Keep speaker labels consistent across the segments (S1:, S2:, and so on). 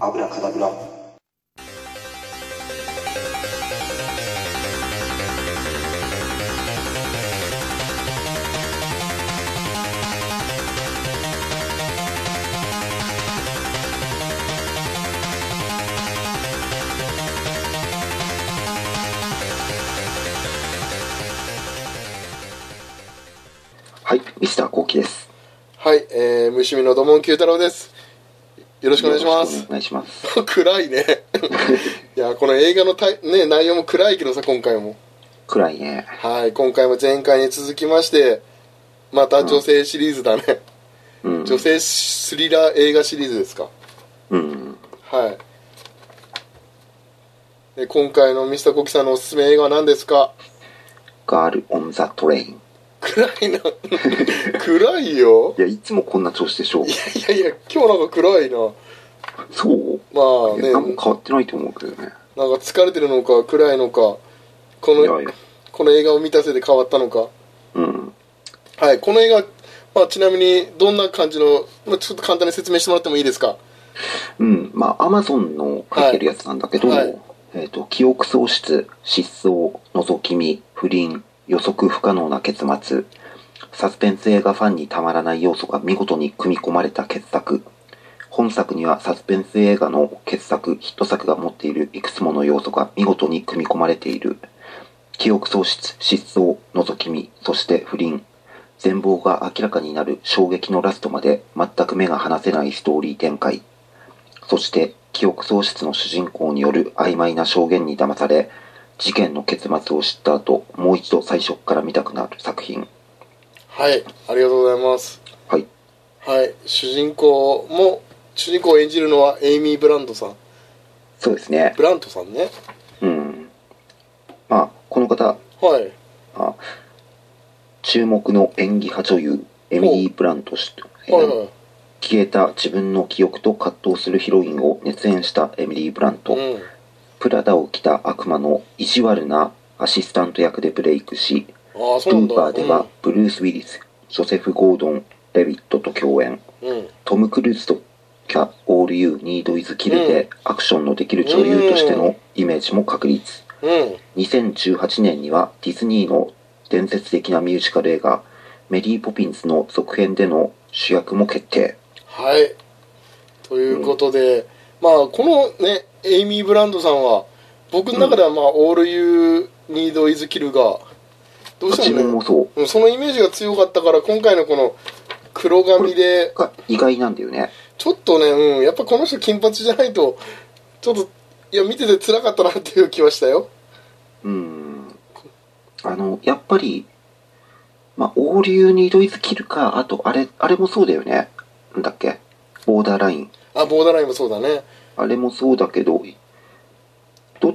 S1: アブラカダブラ
S2: はい、ミスターコウキです。
S3: はい、えー、虫見の土門九太郎です。よろしくお願いしま
S2: よろしく
S3: す
S2: お。願いします。
S3: 暗いね。 いや、この映画のたいね、内容も暗いけどさ、今回も。
S2: 暗いね。
S3: はい、今回も前回に続きまして、また女性シリーズだね。
S2: うん。
S3: 女性スリラー映画シリーズですか。
S2: うん。
S3: はい。で今回のミスターコキさんのおすすめ映画は何ですか
S2: ガール・オン・ザ・トレイン。
S3: 暗い な。暗いよ
S2: い。や、いつもこんな調子でしょう。
S3: いやいや、今日なんか暗いな。
S2: そう
S3: まあ
S2: い
S3: ね
S2: や、何も変わってないと思うけどね。
S3: なんか疲れてるのか暗いのかこ
S2: いや
S3: の
S2: いや。
S3: この映画を見たせいで変わったのか
S2: うん。
S3: はいこの映画、まあ、ちなみにどんな感じの、まあ、ちょっと簡単に説明してもらってもいいですか
S2: うん。まあ、アマゾンの書いてるやつなんだけど、
S3: はいはい
S2: えっ、と、記憶喪失、失踪、覗き見、不倫、予測不可能な結末、サスペンス映画ファンにたまらない要素が見事に組み込まれた傑作。本作にはサスペンス映画の傑作、ヒット作が持っているいくつもの要素が見事に組み込まれている。記憶喪失、失踪、覗き見、そして不倫。全貌が明らかになる衝撃のラストまで全く目が離せないストーリー展開。そして、記憶喪失の主人公による曖昧な証言に騙され、事件の結末を知った後、もう一度最初から見たくなる作品。
S3: はいありがとうございます
S2: はい。
S3: はい主人公も主人公を演じるのはエイミー・ブランドさん
S2: そうですね。
S3: ブラントさんね
S2: うん。まあ、この方、
S3: はい
S2: あ注目の演技派女優、エミリー・ブラント氏。
S3: はいはい
S2: 消えた自分の記憶と葛藤するヒロインを熱演したエミリー・ブラント。
S3: うん
S2: プラダを着た悪魔の意地悪なアシスタント役でブレイクし、
S3: ああ
S2: ブ
S3: そうなん
S2: ー
S3: だ
S2: バーではブルース・ウィリス、ジョセフ・ゴードン、レビットと共演。
S3: うん、うん
S2: トム・クルーズとキャ「オール・ユー・ニード・イズ・キル」
S3: うん
S2: でアクションのできる女優としてのイメージも確立。
S3: うん
S2: 2018年にはディズニーの伝説的なミュージカル映画「メリー・ポピンズ」の続編での主役も決定。
S3: はい。ということで、まあ、このね、エイミー・ブランドさんは、僕の中では、まあ、オール・ユー・ニード・イズ・キルが、どうして
S2: 自分
S3: も
S2: も
S3: ね、
S2: そう。
S3: うんそのイメージが強かったから、今回のこの黒髪で、
S2: が意外なんだよね。
S3: ちょっとね、うん、やっぱこの人、金髪じゃないと、ちょっと、いや、見てて辛かったなっていう気はしたよ。
S2: うん。あの、やっぱり、まあ、オール・ユー・ニード・イズ・キルか、あと、あれ、あれもそうだよね。なんだっけボーダーライン。
S3: あ、ボーダーラインもそうだね。
S2: あれもそうだけど、どっ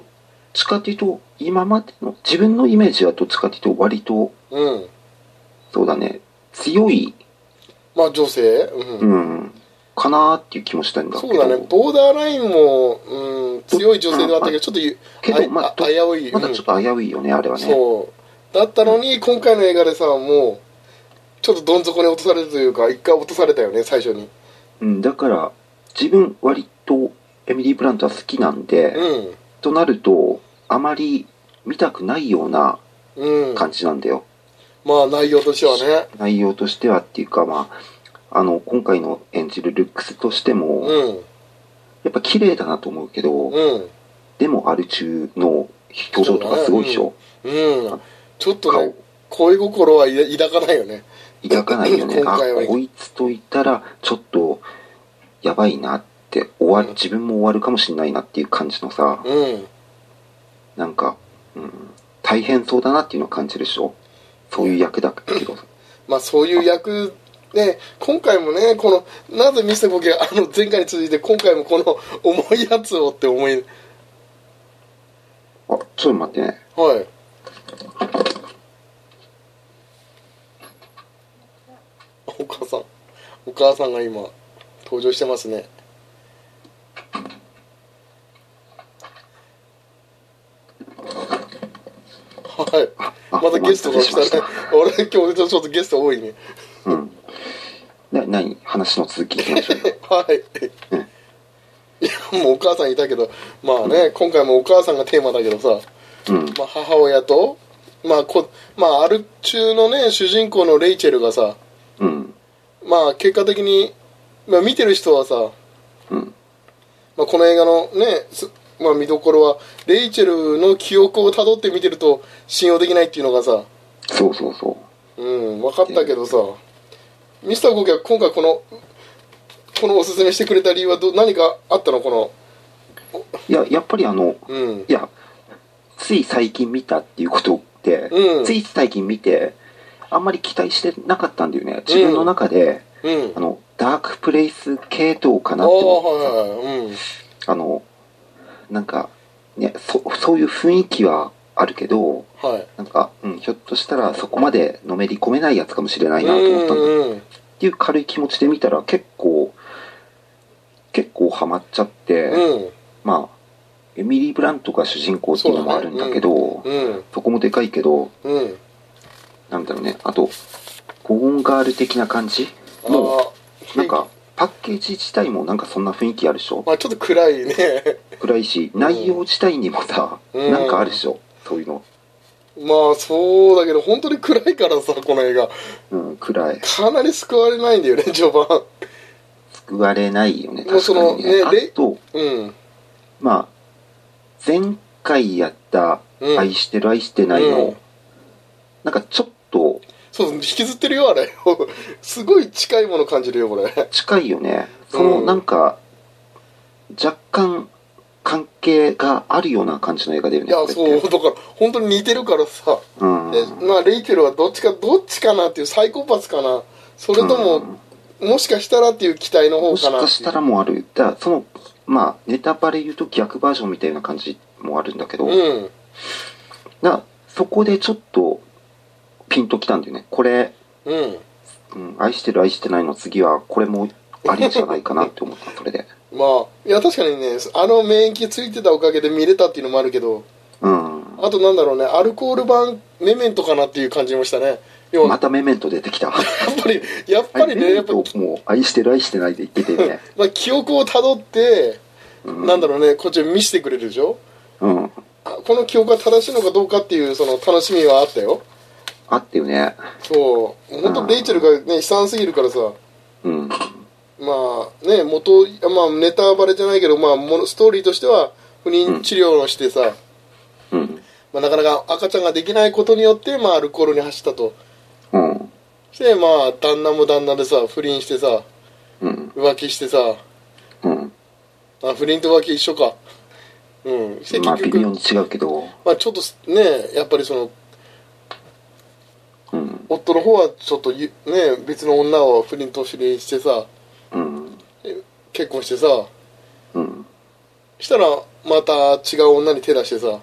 S2: ちかというと、今までの、自分のイメージはどっちかというと、割と、
S3: うん。
S2: そうだね、強い、
S3: まあ、女性、うん。
S2: うん、かなーっていう気もしたんだけ
S3: そ
S2: ど、
S3: うだね、ボーダーラインも、うん、強い女性ではあったけど、ちょっとゆ
S2: けどまあ
S3: あ
S2: ど
S3: 危うい、
S2: まだちょっと危ういよね、あれ
S3: う
S2: は
S3: ん
S2: ね。
S3: そうだったのに、今回の映画でさ、もう、ちょっとどん底に落とされるというか、一回落とされたよね、最初に。
S2: うん、だから、自分、割と、エミリー・ブラントは好きなんで、
S3: うん、
S2: となると、あまり見たくないような
S3: うん、
S2: 感じなんだよ。
S3: まあ、内容としてはね、
S2: 内容としてはっていうか、まあ、あの、今回の演じるルックスとしても、
S3: うん、
S2: やっぱ綺麗だなと思うけど、
S3: うん、
S2: でもアル中の表情とかすごいでしょ、
S3: うん、ちょっとね
S2: 顔、
S3: 恋心は抱かないよね、
S2: 抱かないよね
S3: 今
S2: あ
S3: 回は
S2: こいつといたらちょっとやばいなって終わる、
S3: うん
S2: 自分も終わるかもしれないなっていう感じのさ
S3: うん、
S2: なんか、うん、大変そうだなっていうのを感じるでしょそういう役だけど
S3: まあ、そういう役で、今回もね、この、なぜミスターボケが、あの、前回に続いて、今回もこの、重いやつをって思い、
S2: あちょっと待ってね
S3: はい。お母さん、お母さんが今、登場してますね。はい。
S2: あ
S3: またゲストが来た
S2: お待たせ
S3: ね。
S2: し
S3: 俺今日ちょっとゲスト多いね。
S2: うんな何話の続きいきましょうよ
S3: はい。いや、もお母さんいたけどまあね、今回もお母さんがテーマだけどさ、
S2: うん。
S3: まあ、母親と、まあ、こまあアル中のね主人公のレイチェルがさ
S2: うん。
S3: まあ結果的に、まあ、見てる人はさ、
S2: うん。
S3: まあ、この映画のね、すまあ、見どころはレイチェルの記憶をたどって見てると信用できないっていうのがさ
S2: そうそうそ
S3: うん分かったけどさミスターゴキは今回このこのおすすめしてくれた理由はど何かあったのこ
S2: う。いや、やっぱりあの、
S3: のうん
S2: いや、つい最近見たっていうことって、
S3: うん
S2: つい最近見て、あんまり期待してなかったんだよね。自分の中で、
S3: うん
S2: あの、ダークプレイス系統か
S3: あ
S2: な
S3: あ
S2: って
S3: はい
S2: 思って
S3: はいはい
S2: たあの、なんか、ね、そ、そういう雰囲気はあるけど、
S3: うんはい
S2: なんか、うん、ひょっとしたらそこまでのめり込めないやつかもしれないなと思ったんだ
S3: うんうん
S2: っていう軽い気持ちで見たら結構、結構ハマっちゃって、
S3: うん
S2: まあ、エミリー・ブラントが主人公っていうのもあるんだけど、
S3: うん
S2: そこもでかいけど、
S3: うん
S2: なんだろうね、あと、ゴーンガール的な感じも
S3: あ
S2: う、なんか、パッケージ自体もなんかそんな雰囲気あるでしょ
S3: まあちょっと暗いね
S2: 暗いし、内容自体にもさ、
S3: うん
S2: なんかあるでしょそういうの。
S3: まあそうだけど本当に暗いからさこの映画
S2: うん、暗い。
S3: かなり救われないんだよね 序盤
S2: 救われないよね、
S3: もうそ
S2: 確か
S3: の
S2: にね。
S3: ね
S2: あ
S3: レ
S2: と、
S3: うん
S2: まあ、前回やった、
S3: うん
S2: 愛してる愛してないの、
S3: うん
S2: なんかちょっと
S3: そう引きずってるよあれ すごい近いもの感じるよこれ
S2: 近いよね。その、
S3: うん
S2: なんか、若干、関係があるような感じの映画だよ
S3: い
S2: ね。
S3: や
S2: これっ
S3: そう
S2: て
S3: だから本当に似てるからさ、
S2: うん。
S3: でまあレイチェルはどっちかどっちかなっていうサイコパスかなそれとも、もしかしたらっていう期待の方
S2: もし
S3: かな
S2: かしたらもある。だからその、まあ、ネタバレ言うと逆バージョンみたいな感じもあるんだけど、
S3: うん
S2: なそこでちょっと、ピンときたんだよね。これ、
S3: うん
S2: うん、愛してる愛してないの次は、これもありじゃないかなって思った、それで。
S3: まあいや確かにねあの免疫ついてたおかげで見れたっていうのもあるけど
S2: うん。
S3: あとなんだろうねアルコール版メメントかなっていう感じもしたね要
S2: ま
S3: は
S2: たメメント出てきた。や
S3: やっぱりやっぱりねやっぱ、
S2: もう、愛してる愛してないで言っててね。
S3: まあ、記憶をたどって、
S2: うん
S3: なんだろうねこっちを見せてくれるでしょ
S2: うん。
S3: あこの記憶が正しいのかどうかっていうその楽しみはあったよ
S2: あったよね。
S3: そう本
S2: う
S3: 当
S2: ん
S3: レイチェルがね悲惨すぎるからさ
S2: うん。
S3: まあね元まあネタバレじゃないけどまあものストーリーとしては不妊治療をしてさ、
S2: うん。
S3: まあ、なかなか赤ちゃんができないことによって、まあ、アルコールに走ったと
S2: うん。
S3: してまあ旦那も旦那でさ不倫してさ
S2: うん。
S3: 浮気してさ
S2: うん。
S3: あ不倫と浮気一緒かうんして
S2: まあ、
S3: 結
S2: 微
S3: 局、
S2: 妙
S3: まあ
S2: に違うけど、
S3: ちょっとねやっぱりその
S2: うん。
S3: 夫の方はちょっとゆね別の女を不倫と不倫してさ
S2: うん。
S3: 結婚してさ
S2: うん。
S3: したらまた違う女に手出してさ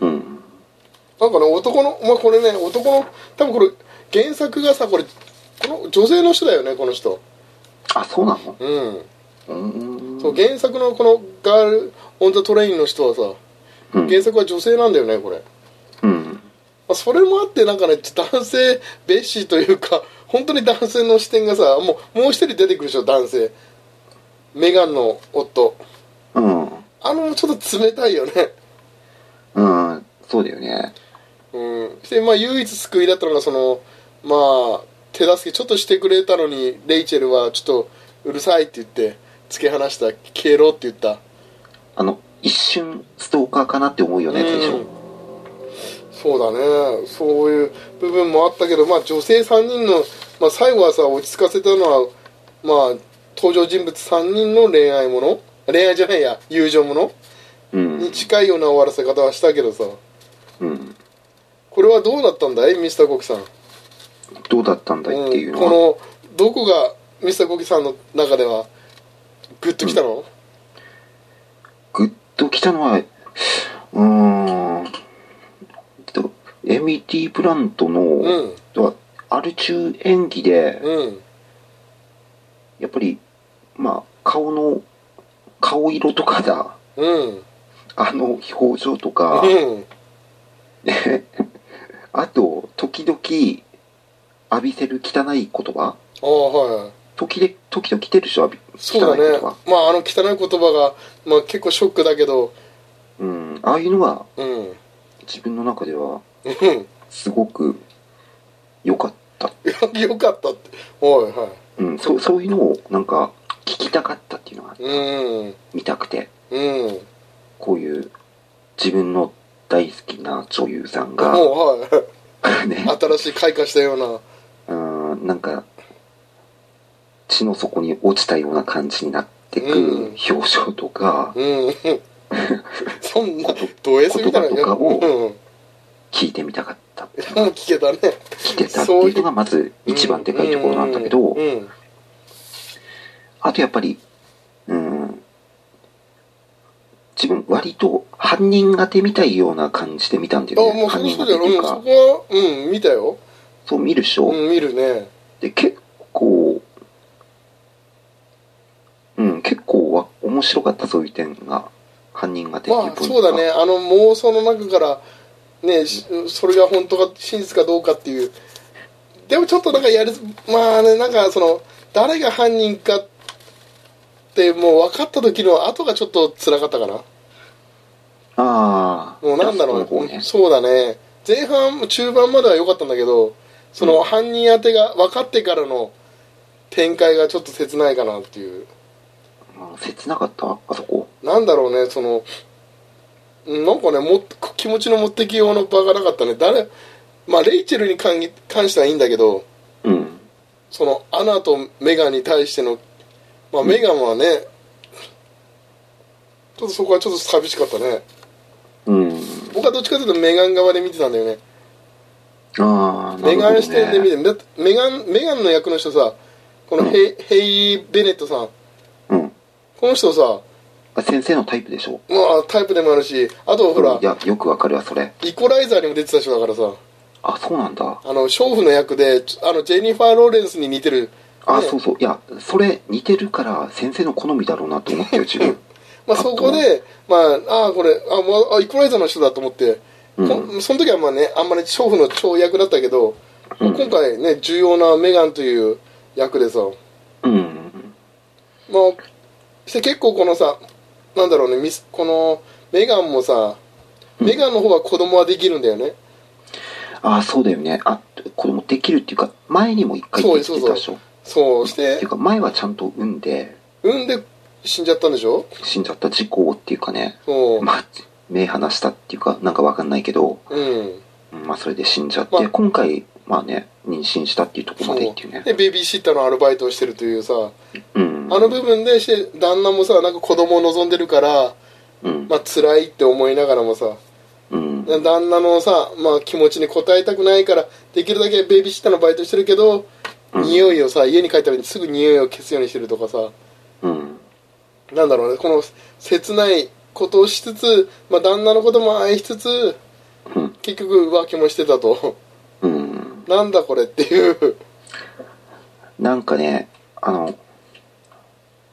S2: うん。
S3: なんかね男のまあこれね男の多分これ原作がさこれこの女性の人だよねこの人
S2: あ、そうなの
S3: うん
S2: うん。
S3: そう原作のこのガール・オン・ザ・トレインの人はさ
S2: うん。
S3: 原作は女性なんだよねこれ、ま
S2: うん。
S3: あ、それもあってなんかねちょ男性蔑視というか 本当に男性の視点がさもうもう一人出てくるでしょ男性メガンの夫
S2: うん。
S3: あのちょっと冷たいよね
S2: うん。そうだよね。
S3: うんでまあ唯一救いだったのがそのまあ手助けちょっとしてくれたのにレイチェルはちょっとうるさいって言って突き放した消えろって言った
S2: あの、一瞬、ストーカーかなって思うよね、最
S3: うん
S2: 初。
S3: そうだねそういう部分もあったけどまあ女性3人の、まあ、最後はさ落ち着かせたのはまあ登場人物3人の恋愛もの恋愛じゃないや友情もの
S2: うん
S3: に。近いような終わらせ方はしたけどさ
S2: うん。
S3: これはどうだったんだいミスターコキさん
S2: どうだったんだいっていう
S3: うん
S2: のは。
S3: このどこがミスターコキさんの中ではグッときたの、
S2: グッときたのは、うーん、と、エミティ・ブラントの、
S3: うん
S2: とはアル中演技で、
S3: うん
S2: やっぱり、まあ、顔の、顔色とかだ、
S3: うん
S2: あの表情とか、
S3: うん
S2: あと、時々、浴びせる汚い言葉
S3: ああはい
S2: 時々、時々出る人は
S3: そうだ
S2: 汚い言
S3: ね
S2: 葉。
S3: まああの汚い言葉が、まあ、結構ショックだけど
S2: うん。ああいうのは
S3: うん
S2: 自分の中では
S3: うん
S2: すごく良かった。
S3: よかったっておいは
S2: うん。そう、そういうのをなんか聞きたかったっていうのが
S3: いうん
S2: 見たくて、
S3: うん
S2: こういう自分の大好きな女優さんが、
S3: もうは
S2: ね、
S3: い新しい開花したような
S2: うん、なんか、地の底に落ちたような感じになって
S3: う
S2: く
S3: ん
S2: 表情とか、
S3: うん そんなド S みたいな
S2: 言葉とかを
S3: うん、も
S2: 聞いてみたかった。
S3: う聞けたね
S2: 聞けたっていうのがまず一番でかいところなんだけ
S3: う
S2: ど、
S3: ん
S2: あとやっぱり、うん、自分割と犯人当てみたいような感じで見たんだ
S3: あも
S2: よね。
S3: うそ
S2: 犯
S3: り
S2: 人
S3: ゃそ
S2: 当
S3: うだ
S2: てっ
S3: よ
S2: ていううん
S3: そ
S2: か、
S3: こはうん見たよ
S2: そう見るでしょ、
S3: うん見るね
S2: で、結構、うん、結構わ面白かった、そういう点が。犯人当てってい
S3: ま
S2: う
S3: あ
S2: ポイン
S3: そ
S2: ト
S3: う
S2: が。
S3: だねあの妄想の中からねしそれが本当か真実かどうかっていうでもちょっとなんかやるまあねなんかその誰が犯人かってもう分かった時の後がちょっと辛かったかな
S2: ああ。
S3: もうなんだろ
S2: ラストの
S3: う、
S2: 方ね
S3: そうだね前半中盤までは良かったんだけどその犯人当てが分かってからの展開がちょっと切ないかなっていう
S2: うん切なかったあそこ。
S3: なんだろうねそのなんかねもっ気持ちの持ってきようの場がなかったね誰まあレイチェルに関ぎ関してはいいんだけど
S2: うん。
S3: そのアナとメガンに対しての、まあ、メガンはね、ちょっとそこはちょっと寂しかったね
S2: うん。
S3: 僕はどっちかというとメガン側で見てたんだよね
S2: ああ、な
S3: メ
S2: るほ
S3: ガ
S2: ど、ね。
S3: ン視点で見てだってメガンメガンの役の人さこのヘイ,、ヘイ・ベネットさん
S2: うん。
S3: この人さ
S2: あ先生のタイプでしょ。
S3: まあタイプでもあるしあとほら
S2: いや、よくわかるわ、それ。
S3: イコライザーにも出てた人だからさ
S2: あ、そうなんだ。
S3: あの娼婦の役でちょあのジェニファー・ローレンスに似てる、
S2: あ、
S3: ね
S2: そうそう。いや、それ似てるから、先生の好みだろうなと思ったよ、自分。
S3: まあ、
S2: あ
S3: そこでまああーこれあもうあイコライザーの人だと思って、
S2: うん
S3: こんその時はまあねあんまり娼婦の超役だったけど、
S2: う ん
S3: 今回ね重要なメガンという役でさ
S2: うん。
S3: まあして結構このさなんだろうねミスこのメガンもさメガンの方は子供はできるんだよね、
S2: あ、そうだよね。あ、子供できるっていうか、前にも一回
S3: そう
S2: で
S3: そ
S2: き
S3: う
S2: て
S3: そう
S2: たでしょ。っ
S3: そうしてて
S2: いうか、前はちゃんと産んで、
S3: 産んで死んじゃったんでしょ
S2: 死んじゃった事故っていうかね、
S3: そう、
S2: まあ、目離したっていうか、なんかわかんないけど、
S3: うん
S2: うんまあ、それで死んじゃって、
S3: まあ
S2: 今回、まあね、妊娠したっていうところ
S3: そ
S2: ま
S3: う
S2: でっていうね。
S3: でベビーシッターのアルバイトをしてるというさ
S2: うん。
S3: あの部分でして旦那もさなんか子供を望んでるから
S2: うん。
S3: まあ辛いって思いながらもさ
S2: うん。
S3: 旦那のさ、まあ、気持ちに応えたくないからできるだけベビーシッターのバイトしてるけど、
S2: うん
S3: 匂いをさ家に帰ったらすぐ匂いを消すようにしてるとかさ
S2: うん。
S3: なんだろうねこの切ないことをしつつ、まあ、旦那のことも愛しつつ
S2: うん。
S3: 結局浮気もしてたと
S2: うん。
S3: なんだこれっていう
S2: なんかね、あの、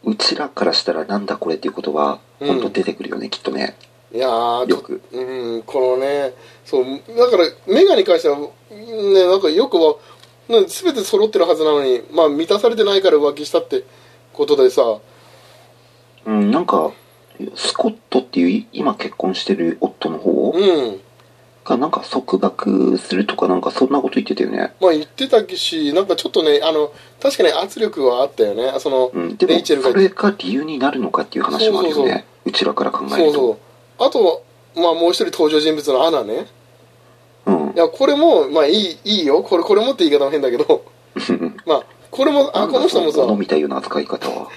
S2: うちらからしたらなんだこれっていうことは、
S3: うん
S2: 本当出てくるよね、きっとね。
S3: いやー
S2: よく
S3: ちょうんこのねそうだからメガに関してはねなんかよくはね全て揃ってるはずなのにまあ満たされてないから浮気したってことでさ
S2: うん、なんか、スコットっていうい今結婚してる夫の方
S3: うん
S2: がなんか束縛するとかなんかそんなこと言ってたよね。
S3: まあ言ってたしなんかちょっとねあの確かに圧力はあったよねその、
S2: うん、で
S3: レ
S2: も
S3: イチェルが
S2: それが理由になるのかっていう話もあるよ
S3: そうそう
S2: ね。うちらから考え
S3: そう
S2: ると。
S3: そうあとまあもう一人登場人物のアナね
S2: うん
S3: い。やこれもまあいいいいよこれこれもって言い方も変だけど まあこれもあこの人もさ
S2: なんだそ物みたいような扱い方は。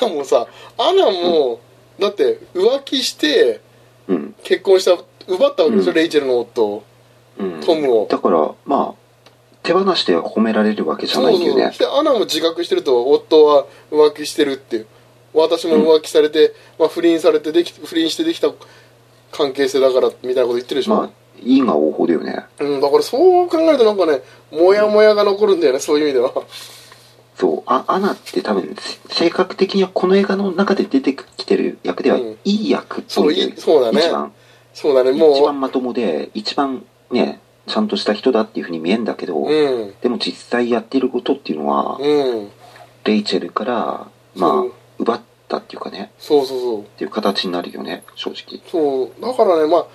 S3: アナもさアナも、だって浮気して
S2: うん。
S3: 結婚した奪ったわけでしょ、
S2: うん
S3: レイチェルの夫を
S2: うん、
S3: トムを
S2: だからまあ手放して褒められるわけじゃ
S3: そ
S2: な
S3: う
S2: いんだ
S3: そう
S2: よね
S3: でアナも自覚してると夫は浮気してるっていう私も浮気されて、まあ、不倫されてでき不倫してできた関係性だからみたいなこと言ってるでしょ、
S2: まあ因果応報だよね
S3: うん、だからそう考えるとなんかねモヤモヤが残るんだよねそういう意味では
S2: そうあアナって多分せ性格的にはこの映画の中で出てきてる役では、
S3: うん
S2: いい役っ
S3: そ
S2: ぽ
S3: う
S2: いんだよ
S3: いそうだね
S2: 一番
S3: そうだね
S2: 一
S3: も
S2: 番まともで一番ねちゃんとした人だっていうふうに見えんだけど、
S3: ううん
S2: でも実際やってることっていうのは、
S3: うん
S2: レイチェルから、まあ
S3: そう、
S2: 奪ったっていうかね、
S3: そうそうそう
S2: っていう形になるよね、正直。
S3: そうだからねまあ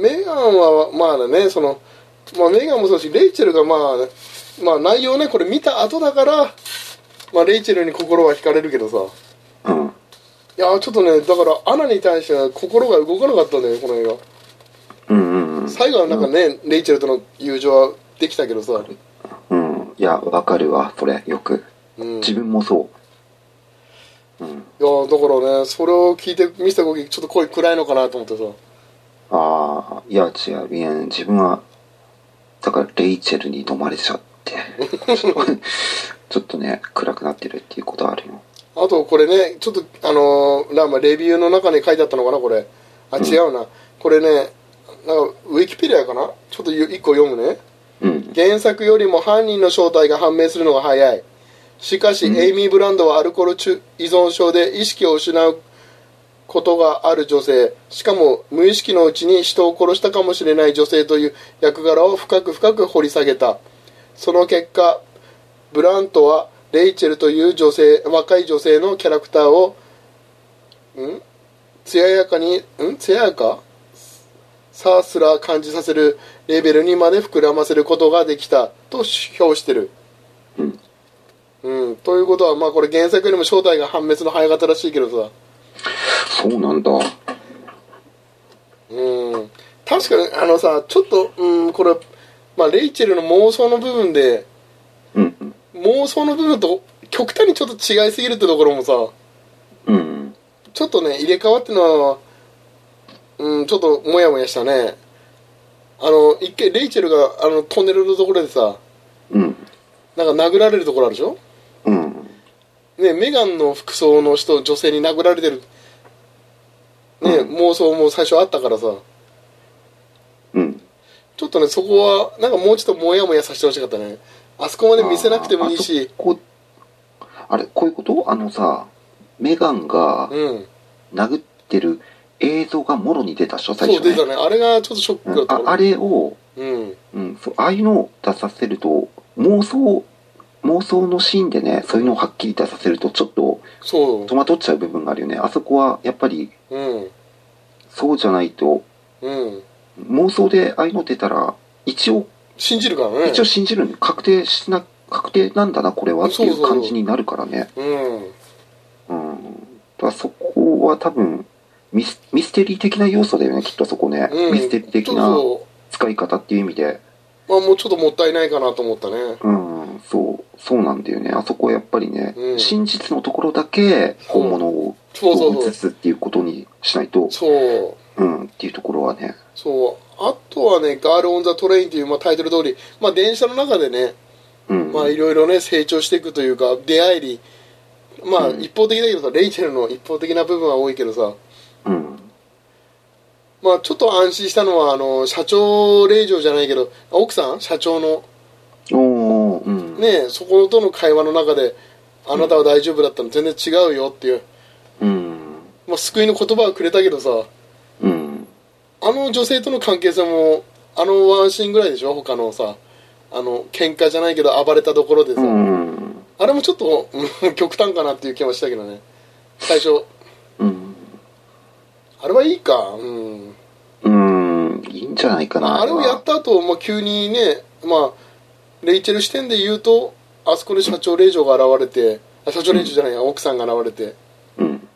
S3: メガンはまあねその、まあ、メガンもそうだしレイチェルがまあまあ内容ねこれ見た後だから、まあ、レイチェルに心は惹かれるけどさ
S2: うん。
S3: いやーちょっとねだからアナに対しては心が動かなかったんだよねこの映画
S2: うんうんうん。
S3: 最後はなんかね、レイチェルとの友情はできたけどさ、
S2: うん。いや、わかるわ、それ、よく。
S3: うん、い
S2: 自分もそう。うん。
S3: やーだからねそれを聞いて見せた時ちょっと声暗いのかなと思ってさ
S2: ああ、いや、違う、いや、自分は、だから、レイチェルに飲まれちゃ って、ちょっとね、暗くなってるっていうことはあるよ。
S3: あとこれねちょっとあのーランマレビューの中に書いてあったのかなこれあ違うな、これねなんかウィキペディアかなちょっと1個読むね
S2: うん。
S3: 原作よりも犯人の正体が判明するのが早いしかし、エイミー・ブランドはアルコール中依存症で意識を失うことがある女性しかも無意識のうちに人を殺したかもしれない女性という役柄を深く深く掘り下げたその結果ブラントはレイチェルという女性若い女性のキャラクターをん艶やかにん艶やかさすら感じさせるレベルにまで膨らませることができたと評してる、
S2: うん。
S3: うん、ということはまあこれ原作よりも正体が判滅の早方らしいけどさ
S2: そうなんだ。
S3: うん確かにあのさちょっと、うん、これ、まあ、レイチェルの妄想の部分で
S2: うんうん。
S3: 妄想の部分と極端にちょっと違いすぎるってところもさ
S2: うんうん。
S3: ちょっとね入れ替わってのは、うん、ちょっとモヤモヤしたねあの一回レイチェルがあのトンネルのところでさ
S2: うん。
S3: なんか殴られるところあるでしょ
S2: うん。
S3: ね、メガンの服装の人女性に殴られてる、ね妄想も最初あったからさ
S2: うん。
S3: ちょっとねそこはなんかもうちょっとモヤモヤさせてほしかったねあそこまで見せなくてもいいし
S2: あそこあれ、こういうことあのさ、メガンが
S3: うん
S2: 殴ってる映像がもろに出たっしょ、最
S3: そう
S2: 初、ね。
S3: 出たねあれがちょっとショックだ
S2: う
S3: っ
S2: ん、
S3: た
S2: ああ
S3: れ
S2: れを、
S3: うん
S2: うん、そうああいうのを出させると妄想妄想のシーンでねそういうのをはっきり出させるとちょっと
S3: そ
S2: 戸惑っちゃう部分があるよねあそこはやっぱり
S3: ううん
S2: そうじゃないと
S3: うん
S2: 妄想でああいうの出たら一応、
S3: 信じるからね
S2: 一応信じるの確定しな確定なんだなこれはってい
S3: そうそう
S2: う
S3: そう
S2: 感じになるからね
S3: うん
S2: うんだからそこは多分ミスミステリー的な要素だよねきっとそこね、
S3: うん
S2: ミステリー的
S3: ち
S2: な
S3: ょ
S2: 使い方っていう意味で
S3: っとまあもうちょっともったいないかなと思ったね
S2: うん、そう、そうなんだよね。あそこはやっぱりね、
S3: うん
S2: 真実のところだけ本物を
S3: そうそうそ
S2: 映
S3: う
S2: すっていうことにしないと、
S3: そう
S2: うん、っていうところはね、
S3: そうあとはね「ガール・オン・ザ・トレイン」という、まあ、タイトル通り、まあ、電車の中でね
S2: うん、
S3: まあいろいろね成長していくというか出会いにまあ
S2: うん
S3: 一方的だけどさレイチェルの一方的な部分は多いけどさ
S2: うん、
S3: まあちょっと安心したのはあの社長令嬢じゃないけど奥さん社長の
S2: おー、うん、
S3: ねそことの会話の中であなたは大丈夫だったの全然違うよっていう、
S2: うん、
S3: まあ、救いの言葉をくれたけどさ
S2: うん、
S3: あの女性との関係性もあのワンシーンぐらいでしょ他のさあの喧嘩じゃないけど暴れたところでさ、
S2: うん、
S3: あれもちょっとうん 極端かなっていう気もしたけどね最初
S2: うん、
S3: あれはいいか、うん、
S2: うん、いいんじゃないか
S3: ま
S2: な。
S3: ああれをやった後、まあ急にね、まあ、レイチェル視点で言うとあそこで社長令嬢が現れてあ社長令嬢じゃないや奥さんが現れて、
S2: うん、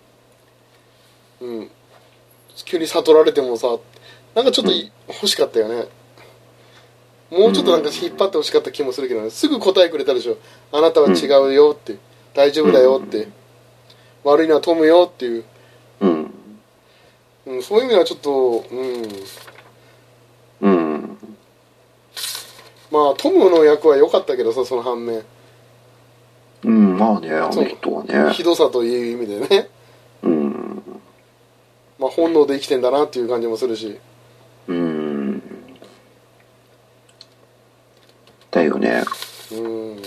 S3: うん、急に悟られてもさなんかちょっとい欲しかったよねもうちょっとなんか引っ張って欲しかった気もするけどねすぐ答えくれたでしょあなたは違うよって、大丈夫だよって、悪いのはトムよっていう
S2: うん、
S3: うん、そういう意味ではちょっと、うん、
S2: うん、
S3: まあトムの役は良かったけどさその反面
S2: うん、まあね、あ
S3: そう
S2: の人はね
S3: ひ、どさという意味でね、
S2: うん、
S3: まあ、本能で生きてんだなっていう感じもするし
S2: うん、だよね。
S3: うん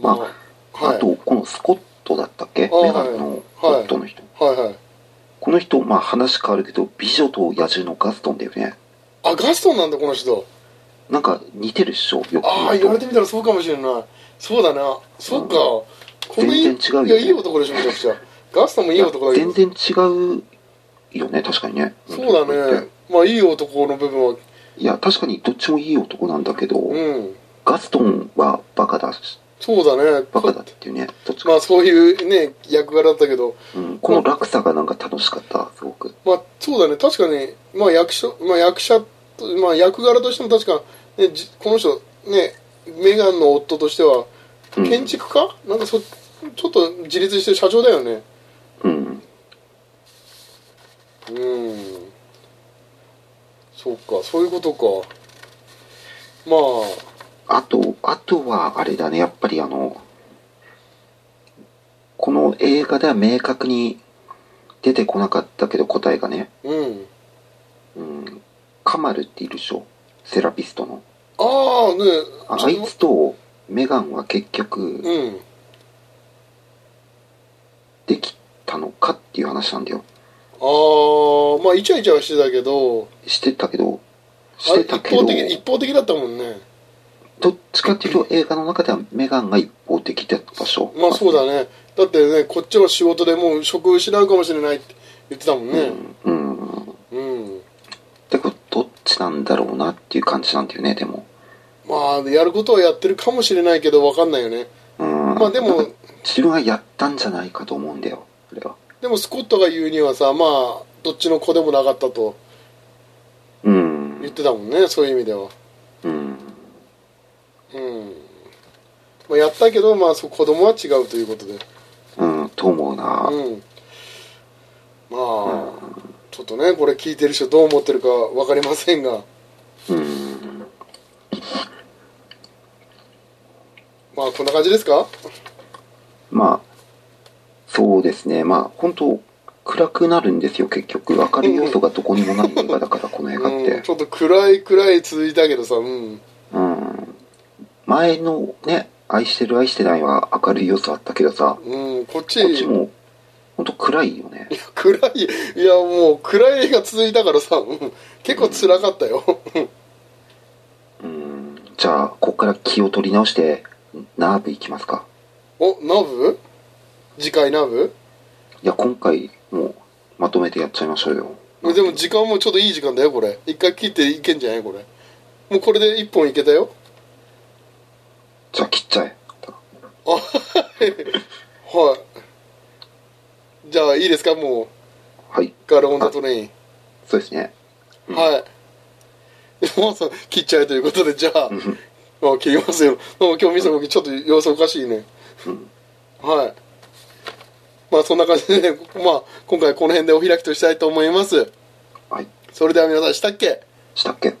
S2: まあ
S3: はい
S2: あとこのスコットだったっけ
S3: あはい
S2: メガンのスコットの人、
S3: はいはい
S2: この人まあ話変わるけど「美女と野獣」のガストンだよね
S3: あガストンなんだこの人
S2: なんか似てるっしょよく
S3: ああ
S2: 見
S3: 言
S2: る
S3: われ
S2: と
S3: てみたらそうかもしれないそうだなそうか、これいい
S2: 全然違うよね
S3: いやいい男でしょめちゃくちゃガストもいい男だけ
S2: 全
S3: ど
S2: 然違うよね確かにね
S3: そうだねまあいい男の部分はい
S2: や確かにどっちもいい男なんだけど、
S3: うん
S2: ガストンはバカだし
S3: そうだね
S2: バカだっていうねどっちか、
S3: まあそういうね役柄だったけど
S2: うん、この落差がなんか楽しかったすごく
S3: まあそうだね確かに、まあ、役所、まあ、役者と、まあ、役柄としても確か、ね、じこの人ねメガンの夫としては
S2: うん
S3: 建築家、なんかそちょっと自立してる社長だよね
S2: うん
S3: うんそうかそういうことかまあ
S2: あとあとはあれだねやっぱりあのこの映画では明確に出てこなかったけど答えがね、
S3: うん
S2: うん、カマルっているでしょセラピストの
S3: ああね
S2: あ
S3: ちょ
S2: あいつとメガンは結局
S3: うん
S2: できたのかっていう話なんだよ
S3: ああまあイチャイチャはしてたけど
S2: してたけどし
S3: あれ
S2: て
S3: 一
S2: たけど
S3: 方的一方的だったもんね
S2: どっちかっていうと映画の中ではメガンが一方的だったでしょ
S3: まあそうだねだってねこっちの仕事でもう職失うかもしれないって言ってたもんね
S2: うんうん
S3: うん、
S2: でこれどっちなんだろうなっていう感じなんだよねでも
S3: まあやることはやってるかもしれないけど分かんないよね
S2: うん
S3: まあでも
S2: なんか自分がやったんじゃないかと思うんだよこれは
S3: でもスコットが言うにはさまあどっちの子でもなかったと
S2: う
S3: 言っ
S2: ん
S3: てたもんねそういう意味では
S2: うん
S3: うん、まあ、やったけどまあそう子供は違うということで
S2: うんと思うな
S3: うんまあちょっとねこれ聞いてる人どう思ってるか分かりませんが
S2: うん
S3: まあこんな感じですか
S2: まあそうですねまあ本当暗くなるんですよ結局明るい要素がどこにもない映画だからこの映画っ
S3: うん、
S2: て
S3: ちょっと暗い暗い続いたけどさうん
S2: うん前のね「愛してる愛してない」は明るい要素あったけどさ
S3: うんこっち
S2: こっちも本当暗いよね
S3: 暗いいやもう暗い映画続いたからさうん結構辛かったよ
S2: うんじゃあここから気を取り直してナーブいきますか
S3: おナブ次回ナブ
S2: いや今回もうまとめてやっちゃいましょうよ
S3: でも時間もちょっといい時間だよこれ一回切っていけんじゃないこれもうこれで一本いけたよ
S2: じゃあ切っちゃえ
S3: あはいじゃあいいですかもう
S2: はい
S3: ガロオンダトレイン
S2: そうですねうん
S3: はいもうさ切っちゃえということでじゃあ
S2: うん
S3: まあ切りますよなんか今日見せた時ちょっと様子おかしいね
S2: うん
S3: はいまあそんな感じで、ね、まあ今回この辺でお開きとしたいと思います
S2: はい
S3: それでは皆さんしたっけ
S2: したっけ